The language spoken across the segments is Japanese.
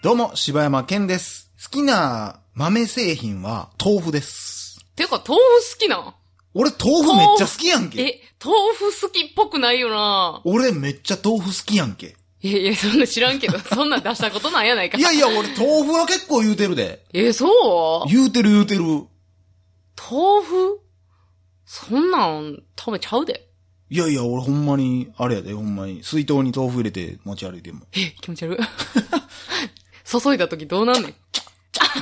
どうも、柴山健です。好きな豆製品は豆腐です。てか、豆腐好きなん俺豆腐めっちゃ好きやんけ。え、豆腐好きっぽくないよな俺めっちゃ豆腐好きやんけ。いやいや、そんな知らんけ ど、そんなん出したことないやないか。いやいや、俺豆腐は結構言うてるで。え、そう言うてる言うてる。豆腐そんなん、食べちゃうで。いやいや、俺ほんまに、あれやで、ほんまに。水筒に豆腐入れて持ち歩いても。え、気持ち 悪い。注いだ時どうなんねん。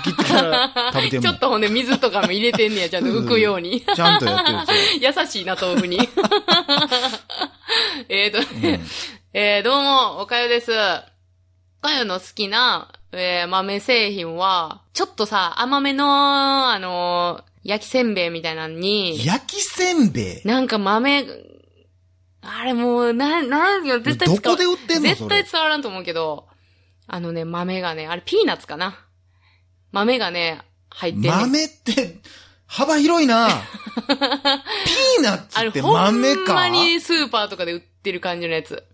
切ってから食べても。ちょっとほんで水とかも入れてんねや、ちゃんと浮くように。ちゃんとやってるんです優しいな、豆 腐に。 えーとよ。ね、えー、どうも、おかよです。おかよの好きな、えー、豆製品は、ちょっとさ、甘めの、あのー焼きせんべいみたいなのうんに、焼きせんべいなんか豆、あれもう、な、なんよ、絶対ど使こうで。売ってんの絶そ対れ。伝わらんと思うけど、あのね、豆がね、あれピーナッツかな。豆がね、入ってんねん豆って、幅広い なピーナッあツれ、ってほん豆かまにスーパーとかで売ってる感じのやつ。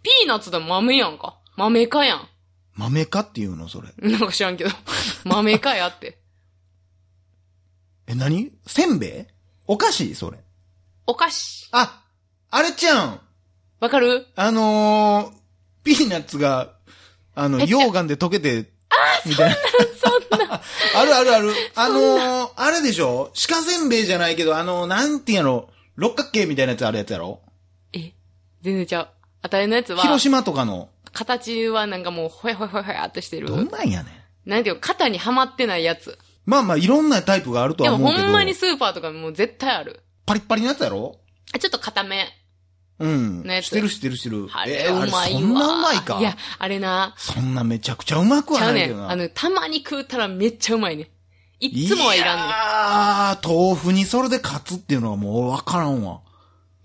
ピーナッツだ、豆やんか。豆かやん。豆かっていうのそれ。 なんか知らんけど。豆かやって。え、何せんべいお菓子それ。お菓子。あ、あれちゃん。わかるあのー、ピーナッツが、あの、えちゃ溶岩で溶けて、みたいな。そん な。あるあるある。あのー、あれでしょ鹿せんべいじゃないけど、あのー、なんていうやろ、六角形みたいなやつあるやつやろえ、全然ちゃう。あたりのやつは広、島とかの。形はなんかもう、ほやほやほやほやってしてる。どんなんやねん。なんていうか、肩にはまってないやつ。まあまあ、いろんなタイプがあるとではも思うほけど。んまにスーパーとかもう絶対ある。パリッパリのやつやろあちょっと固め。うん。のやつしてるしてるしてる。あえれ、ーうあれまいわ。そんなうまいか。いや、あれな、そんなめちゃくちゃうまくはちゃなういねけどな。ん。あの、たまに食うたらめっちゃうまいね。いっつもはいらんねん。ああ、豆腐にそれで勝つっていうのはもうわからんわ。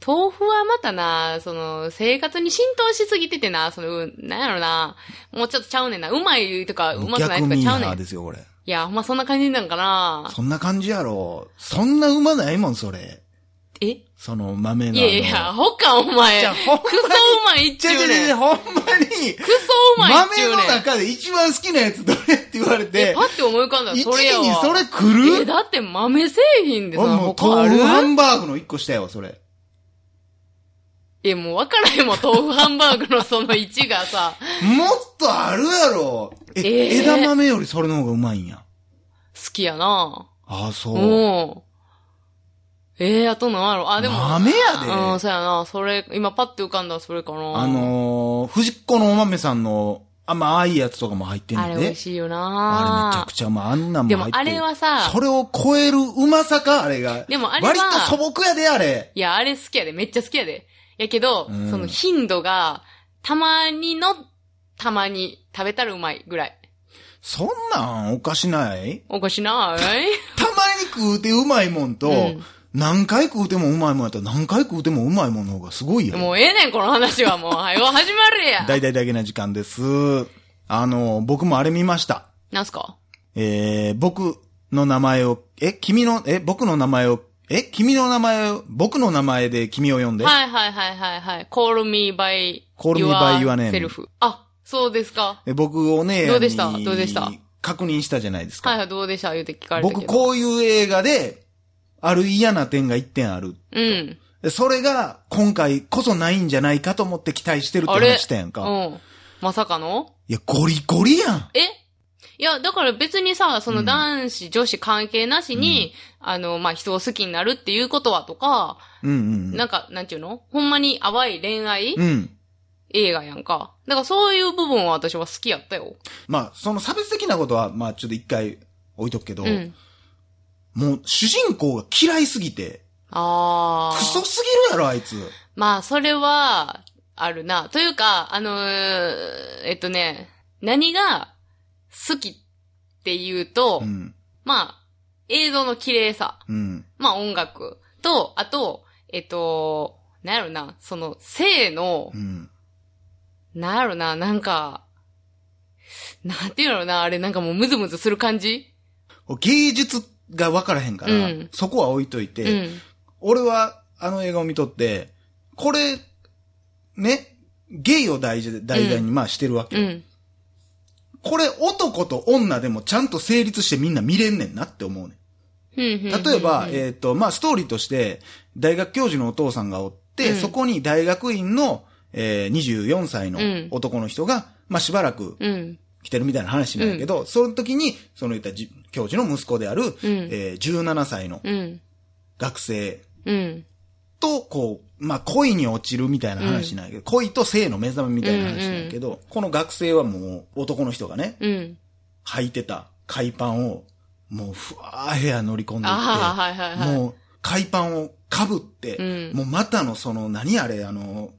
豆腐はまたな、その、生活に浸透しすぎててな、その、うんなんやろな、もうちょっとちゃうねんな。うまいとか、うまくな逆いとかミーちゃうねハーん。いですよ、これ。や、ほんまそんな感じなんかな。そんな感じやろ。そんなうまないもん、それ。えいその豆の。やいや、ほかお前。じゃあクほソんまにうまいっちちゃゅうちゃねちん。ゃ、クほんまに、ソうまいっちゅ豆うのねん。中で一番好きなやつどれって言われえ、てパ、ッて思い浮かんだら一それや時にわ。それ来え、るだって豆製品で俺さ、もう他あ豆る腐ハンバーグの一個したよ、それ。え、もうわからへんもん、豆腐ハンバーグのその1がさ。 もっとあるやろ。え、えー枝豆よりそれの方がうまいんや。好きやなああ、そうう。ん。ええ、あとなんやろあ、でも。豆やで。うん、そうやな。それ、今パッて浮かんだらそれかな。あ、のー、藤子のお豆さんの甘いやつとかも入ってんねあれん美で味。しいあよれめちなゃくちゃうまい。あんなんもで入もってあるれはさそ、れを超えるうまさか、あれが。でもあれは割と素朴やで、あれ。いや、あれ好きやで。めっちゃ好きやで。やけど、うんその頻度が、たまにの、たまに食べたらうまいぐらい。そんなんおかしないおかしない たまに食うてうまいもんと、うん何回食うてもうまいもんやったら何回食うてもうまいもんの方がすごいよ。もうええねん、この話はもう。はよ、始まるや。大々だけな時間です。あのー、僕もあれ見ました。なんすかえー、僕の名前を、え、君の、え、僕の名前を、え、君の名前を、僕の名前で君を呼んで。はいはいはいはいはい。call me by Call me by your name yourself. あ、そうですか。え僕お姉やにどうでしたどうでした確認したじゃないですか。はいはい、どうでした言うて聞かれたけ僕ど。こういう映画で、ある嫌な点が一点ある。うん。でそれが今回こそないんじゃないかと思って期待してるってあれ話したやんうか。ん。まさかのいや、ゴリゴリやん。えいや、だから別にさ、そうんの男子、女子関係なしに、あの、まあ、人を好きになるっていうことはとか、うんうんうん。なんか、なんていうのほんまに淡い恋愛、うん。映画やんか。だからそういう部分は私は好きやったよ。まあ、その差別的なことは、まあちょっと一回置いとくけど、うん。もう主人公が嫌いすぎて、あー。クソすぎるやろ、あいつ。まあ、それは、あるな。というか、あのーえっとね、何が好きっていうと、うん。まあ、映像の綺麗さ。うん。まあ音楽と、あと、えっと、なんやろな、その、性のう、ん。なんやろな、なんか、なんていうのな、あれなんかもうムズムズする感じ芸術が分からへんから、うんそこは置いといて、うん。俺はあの映画を見とって、これ、ね、ゲイを大事で、題材にまあしてるわけ。うん。これ男と女でもちゃんと成立してみんな見れんねんなって思うねん。例例えば、えっ、と、まあ、ストーリーとして、大学教授のお父さんがおって、うんそこに大学院の、えー、24歳のうん男の人が、まあ、しばらくうん。来てるみたいな話なんだけど、その時に、その言ったじ教授の息子である、えー17歳のうん。学生うん。と、こう、まあ、恋に落ちるみたいな話なんやけど、恋と性の目覚めみたいな話なんやけど、この学生はもう男の人がね、うん。履いてた海パンを、もうふわー部屋乗り込んでいって、ああ、はいはいはい。もう、海パンをかぶって、うんもう股のその、何あれ、あの、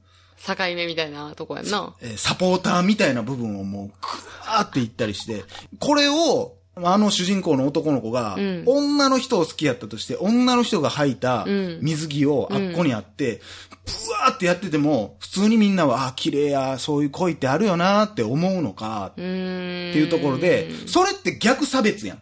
境目みたいなとこやんな。えーサポーターみたいな部分をもう、くわーっていったりして、これを、あの主人公の男の子が、うん女の人を好きやったとして、女の人が履いたうん水着をあっこにあって、ブワーってやってても、普通にみんなは、あー、綺麗や、そういう恋ってあるよなーって思うのか、うーん。っていうところで、それって逆差別やん。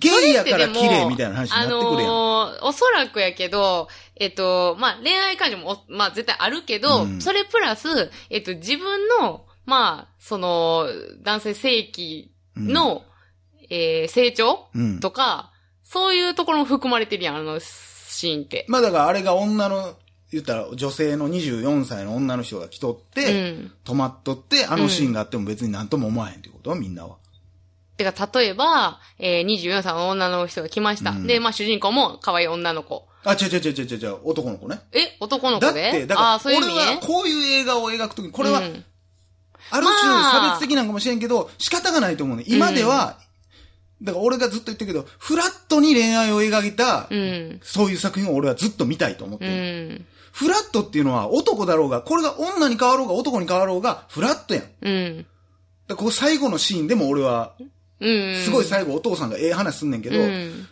ゲイやから綺麗みたいな話になってくるやん。あのーおそらくやけど、えっと、まあ、恋愛感情もお、まあ、絶対あるけど、うんそれプラス、えっと、自分の、まあ、その、男性正規の、えー成長うんとか、そういうところも含まれてるやん、あのシーンって。まあだからあれが女の、言ったら女性の24歳の女の人が来とって、うん。止まっとって、あのシーンがあっても別になんとも思わへんってことみんなは。てか、例えば、えー、24歳の女の人が来ました。うんで、まあ、主人公も可愛い女の子。あ、違う違う違う違う違う、男の子ね。え、男のだ子っでて、だあかーそらういう俺意味はね。こういう映画を描くときに、これはあうるん種まあ差別的なんかもしれんけど、仕方がないと思うね。今では、だから俺がずっと言ってるけど、フラットに恋愛を描いたう、ん。そういう作品を俺はずっと見たいと思ってうる。ん。フラットっていうのは男だろうが、これが女に変わろうが男に変わろうが、フラットやん。だかうん。らこう最後のシーンでも俺はうん。すごい最後お父さんがええ話すんねんけど、うん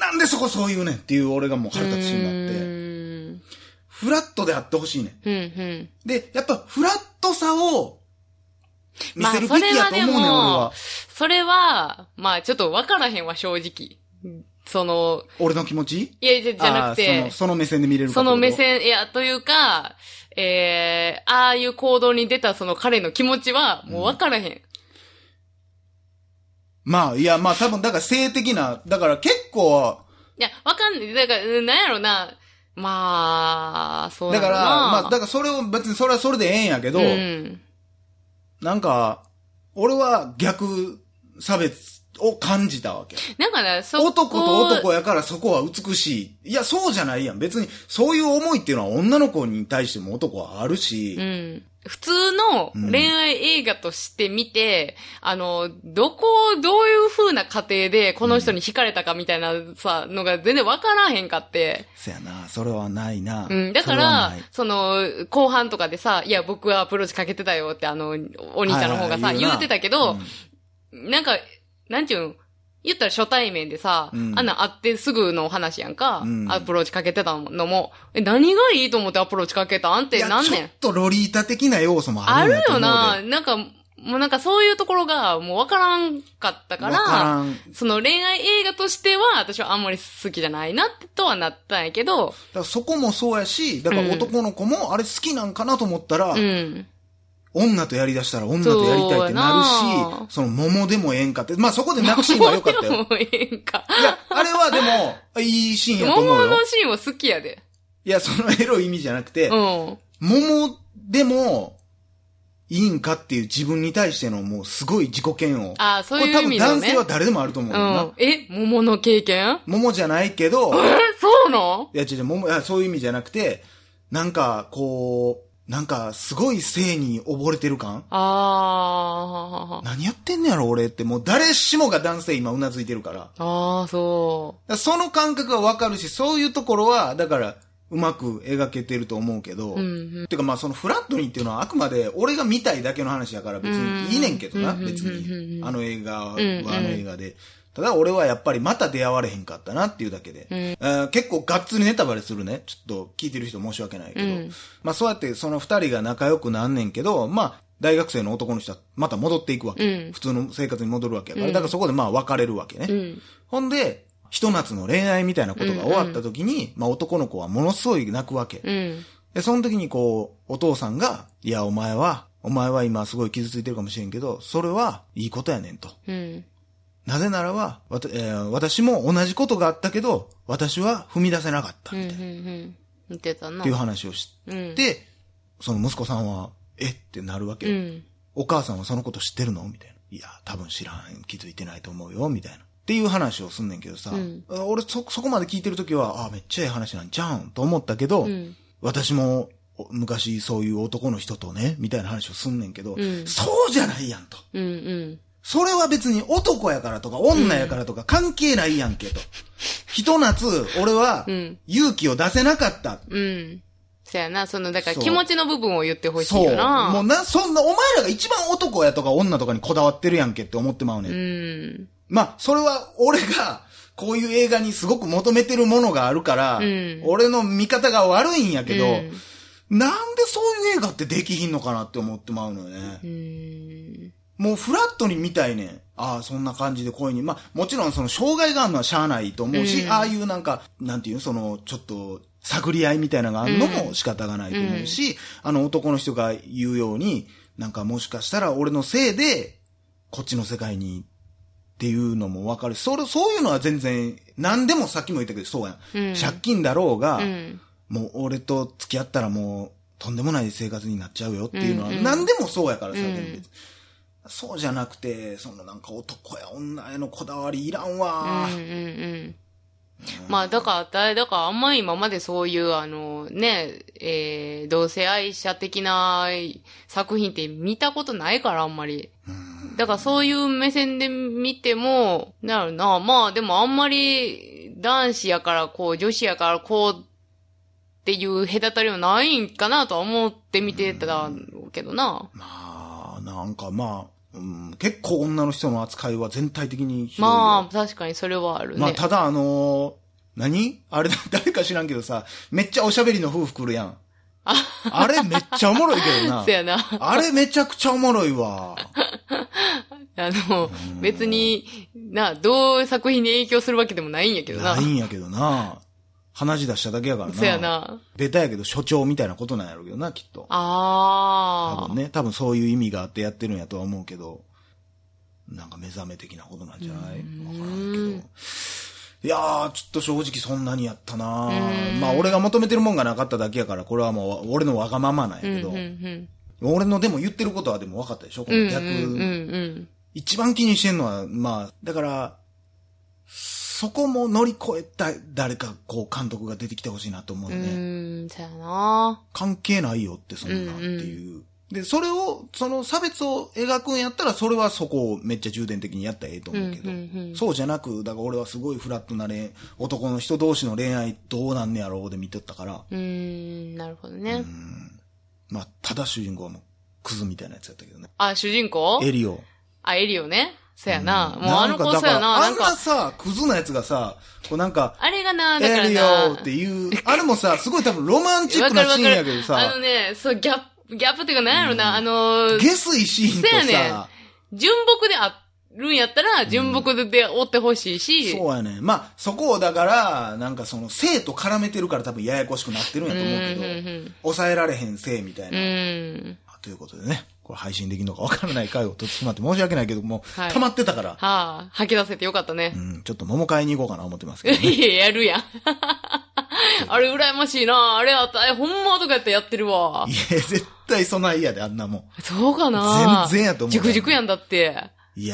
なんでそこそう言うねんっていう俺がもう腹立つシーンになって、うんフラットであってほしいねん。うんうん。で、やっぱフラットさを見せるべまあそきれやはと思でうねん、俺もは。、それは、まあちょっとわからへんわ、正直。その、俺の気持ちいや、じゃじゃなくあーそのて、その目線で見れるかその目って線、いや、というか、えー、ああいう行動に出たその彼の気持ちは、もうわからへん。こと。まあ、いや、まあ多分、だから性的な、だから結構、いや、わかんない。だから、うんなんやろな。まあ、そうだやかろら、な。まあ、だからそれを別にそれはそれでええんやけど、うん。なんか、俺は逆差別を感じたわけ。なんかね、そこ男と男やからそこは美しい。いや、そうじゃないやん。別に、そういう思いっていうのは女の子に対しても男はあるし、うん普通の恋愛映画として見て、あの、どこをどういう風な過程でこの人に惹かれたかみたいなさ、のが全然わからへんかって。そやな、それはないな。うん。だかそれはらない、その、後半とかでさ、いや、僕はアプローチかけてたよって、あの、お兄ちゃんのはい方がさ、はいはい言うな言うてたけど、なんか、なんていうん言ったら初対面でさ、うんあんなん会ってすぐの話やんか、うんアプローチかけてたのも、え、何がいいと思ってアプローチかけたんっいてやなんねちょんっ。とロリータ的な要素もああるんるやと思ようでな。なんか、もうなんかそういうところがもうわからんかったから、わからん。だその恋愛映画としては私はあんまり好きじゃないなってとはなったんやけど、からそこもそうやし、だから男の子もあれ好きなんかなと思ったら、うん。女とやりだしたら女とやりたいってなるそうやしな、その桃でもええんかって、まあそこで泣くシーンは良 かったよ。もうええんか。いや、あれはでも、いいシーンやと思う桃よ。のシーンは好きやで。いや、そのエロい意味じゃなくて、うん。桃でも、いいんかっていう自分に対してのもうすごい自己嫌悪。あーそういう意味これ多分男のね性は。誰でもあると思ううよな。ん。え、桃の経験桃じゃないけど、え、そうなんいや違う違う桃いや、そういう意味じゃなくて、なんかこう、なんかすごい性に溺れてる感あー。何やってんねやろ俺ってもう誰しもが男性今うなずいてるから。だかあー、そらその感覚はわかるし、そういうところは、だから、うまく描けてると思うけど、う。うん、うん。てかまあそのフラットにっていうのはあくまで俺が見たいだけの話やから別にいいねんけどな、うん別うに。んあの映画はあうんうんの映画で。ただ俺はやっぱりまた出会われへんかったなっていうだけで。えー結構がっつりネタバレするね。ちょっと聞いてる人申し訳ないけど。うんまあそうやってその二人が仲良くなんねんけど、まあ大学生の男の人はまた戻っていくわけ。うん普通の生活に戻るわけやから。だからそこでまあ別れるわけね。うん。ほんで、ひと夏の恋愛みたいなことが終わった時に、まあ男の子はものすごい泣くわけ。うん。で、その時にこう、お父さんが、いや、お前は、お前は今すごい傷ついてるかもしれんけど、それはいいことやねんと。うん。なぜならば、わたえー私も同じことがあったけど、私は踏み出せなかったうん、うっん、うん。言ってたな。ていう話をしうん。て、その息子さんは、えってなるわけうよ、ん。お母さんはそのこと知ってるのみたいな。いや、多分知らん。気づいてないと思うよ。みたいな。っていう話をすんねんけどさ、うん俺そ、そこまで聞いてるときは、あめっちゃいい話なんちゃうんと思ったけど、うん。私もお昔そういう男の人とね、みたいな話をすんねんけど、うんそうじゃないやんと。うん、うん。それは別に男やからとか女やからとか関係ないやんけと。ひと夏、俺はうん勇気を出せなかった。うん。そやな、その、だからそう気持ちの部分を言ってほしいそう。よな。もうな、そんな、お前らが一番男やとか女とかにこだわってるやんけって思ってまうねん。うん。まあ、それは俺が、こういう映画にすごく求めてるものがあるから、うん俺の見方が悪いんやけど、うんなんでそういう映画ってできひんのかなって思ってまうのよねう。ん。もうフラットに見たいねん。ああ、そんな感じで恋に。まあ、もちろんその障害があるのはしゃあないと思うし、うんああいうなんか、なんていうのその、ちょっと、探り合いみたいなのがあるのも仕方がないと思うし、あの男の人が言うように、なんかもしかしたら俺のせいで、こっちの世界に、っていうのもわかるし、それ、そういうのは全然、何でもさっきも言ったけど、そうやん。うん借金だろうが、うん。もう俺と付き合ったらもうとんでもない生活になっちゃうよっていうのは、うんうん何でもそうやからさ、うん全部そうじゃなくて、そのなんか男や女へのこだわりいらんわうんうんうん。まあ、だから、だだから、あんまり今までそういう、あの、ね、えー、同性愛者的な作品って見たことないから、あんまり。だから、そういう目線で見ても、なるな。まあ、でもあんまり、男子やからこう、女子やからこう、っていう隔たりはないんかなとは思って見てたけどな。まあ、なんかまあ、うん、結構女の人の扱いは全体的にひどいよまあ、確かにそれはあるね。まあ、ただあのー何あれ、 誰か知らんけどさ、めっちゃおしゃべりの夫婦来るやん。あれめっちゃおもろいけ どなそ。やな。あれめちゃくちゃおもろいわ。あの、別に、な、どう作品に影響するわけでもないんやけどな。ないんやけどな。鼻血出しただけやからな。そうやな。ベタやけど所長みたいなことなんやろうけどな、きっと。多ああ、分ね、多分そういう意味があってやってるんやとは思うけど、なんか目覚め的なことなんじゃないわからんけど。いやー、ちょっと正直そんなにやったなーまあ俺が求めてるもんがなかっただけやから、これはもう俺のわがままなんやうん、けうん、ど、うん。俺のでも言ってることはでも分かったでしょこうん、のうん、逆、うん。一番気にしてんのは、まあ、だから、そこも乗り越えた誰かこう監督が出てきてほしいなと思ううね。ん、そうやな。関係ないよってそんなっていう。で、それを、その差別を描くんやったら、それはそこをめっちゃ重点的にやったらええと思うけど、うんうんうんそうじゃなく、だから俺はすごいフラットな恋、男の人同士の恋愛どうなんねやろうで見てったから、うん、なるほどね。まあ、ただ主人公はもう、クズみたいなやつやったけどね。あ、主人公エリオ。あ、エリオね。そうやな。もうなあのんか子だそうからやな。なあんんなか、さ、クズなやつがさ、こうなんか、あれがな、だかエらリオなっ。ていう、あれもさ、すごい多分ロマンチックなシーンやけどあさの、ね、そう、ギャップ、ギャップっていうかなんやろな、あのー、下水シーンとさ、そうやね純朴であるんやったら、純朴でおってほしいし。そうやね。まあ、そこをだから、なんかその性と絡めてるから多分ややこしくなってるんやと思うけど、うんうんうん抑えられへん性みたいな。うん。ということでね、これ配信できるのかわからない回を取ってしまって申し訳ないけども、はい溜まってたから、はあ、吐き出せてよかったねう。ん、ちょっと桃買いに行こうかな思ってます けどね。いや、やるやん。あれ、羨ましいな。あれ、あった、え、ほんまとかやったらやってるわい。や、絶対そんなん嫌で、あんなもん。そうかな全然やと思うじくじくやんだって。い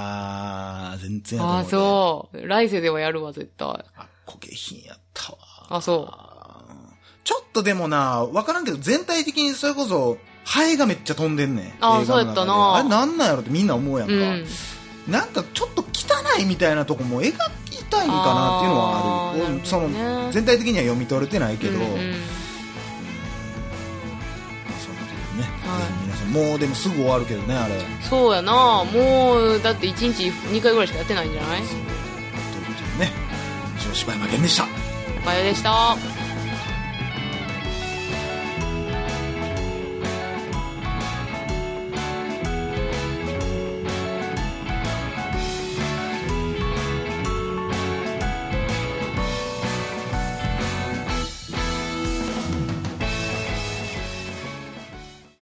やー、全然やとあ思あ、ねそう。来世ではやるわ、絶対。あ、こけひんやったわ。あそちょっとでもな、わからんけど、全体的にそれこそ、ハエがめっちゃ飛んでんねん。あー映画の中でそうやったなあれなんなんやろってみんな思うやんう。うか。ん。なんかちょっと汚いみたいなとこも描きたいんかなっていうのはあるあーうんそのなるほどね全体的には読み取れてないけど、うんうんまあそんなことでね、はいぜひ皆さんもうでもすぐ終わるけどねあれというこそうやな。もう、だって1日2回ぐらいしかやってないんじゃないとでね以上柴山健でしたおかよでした。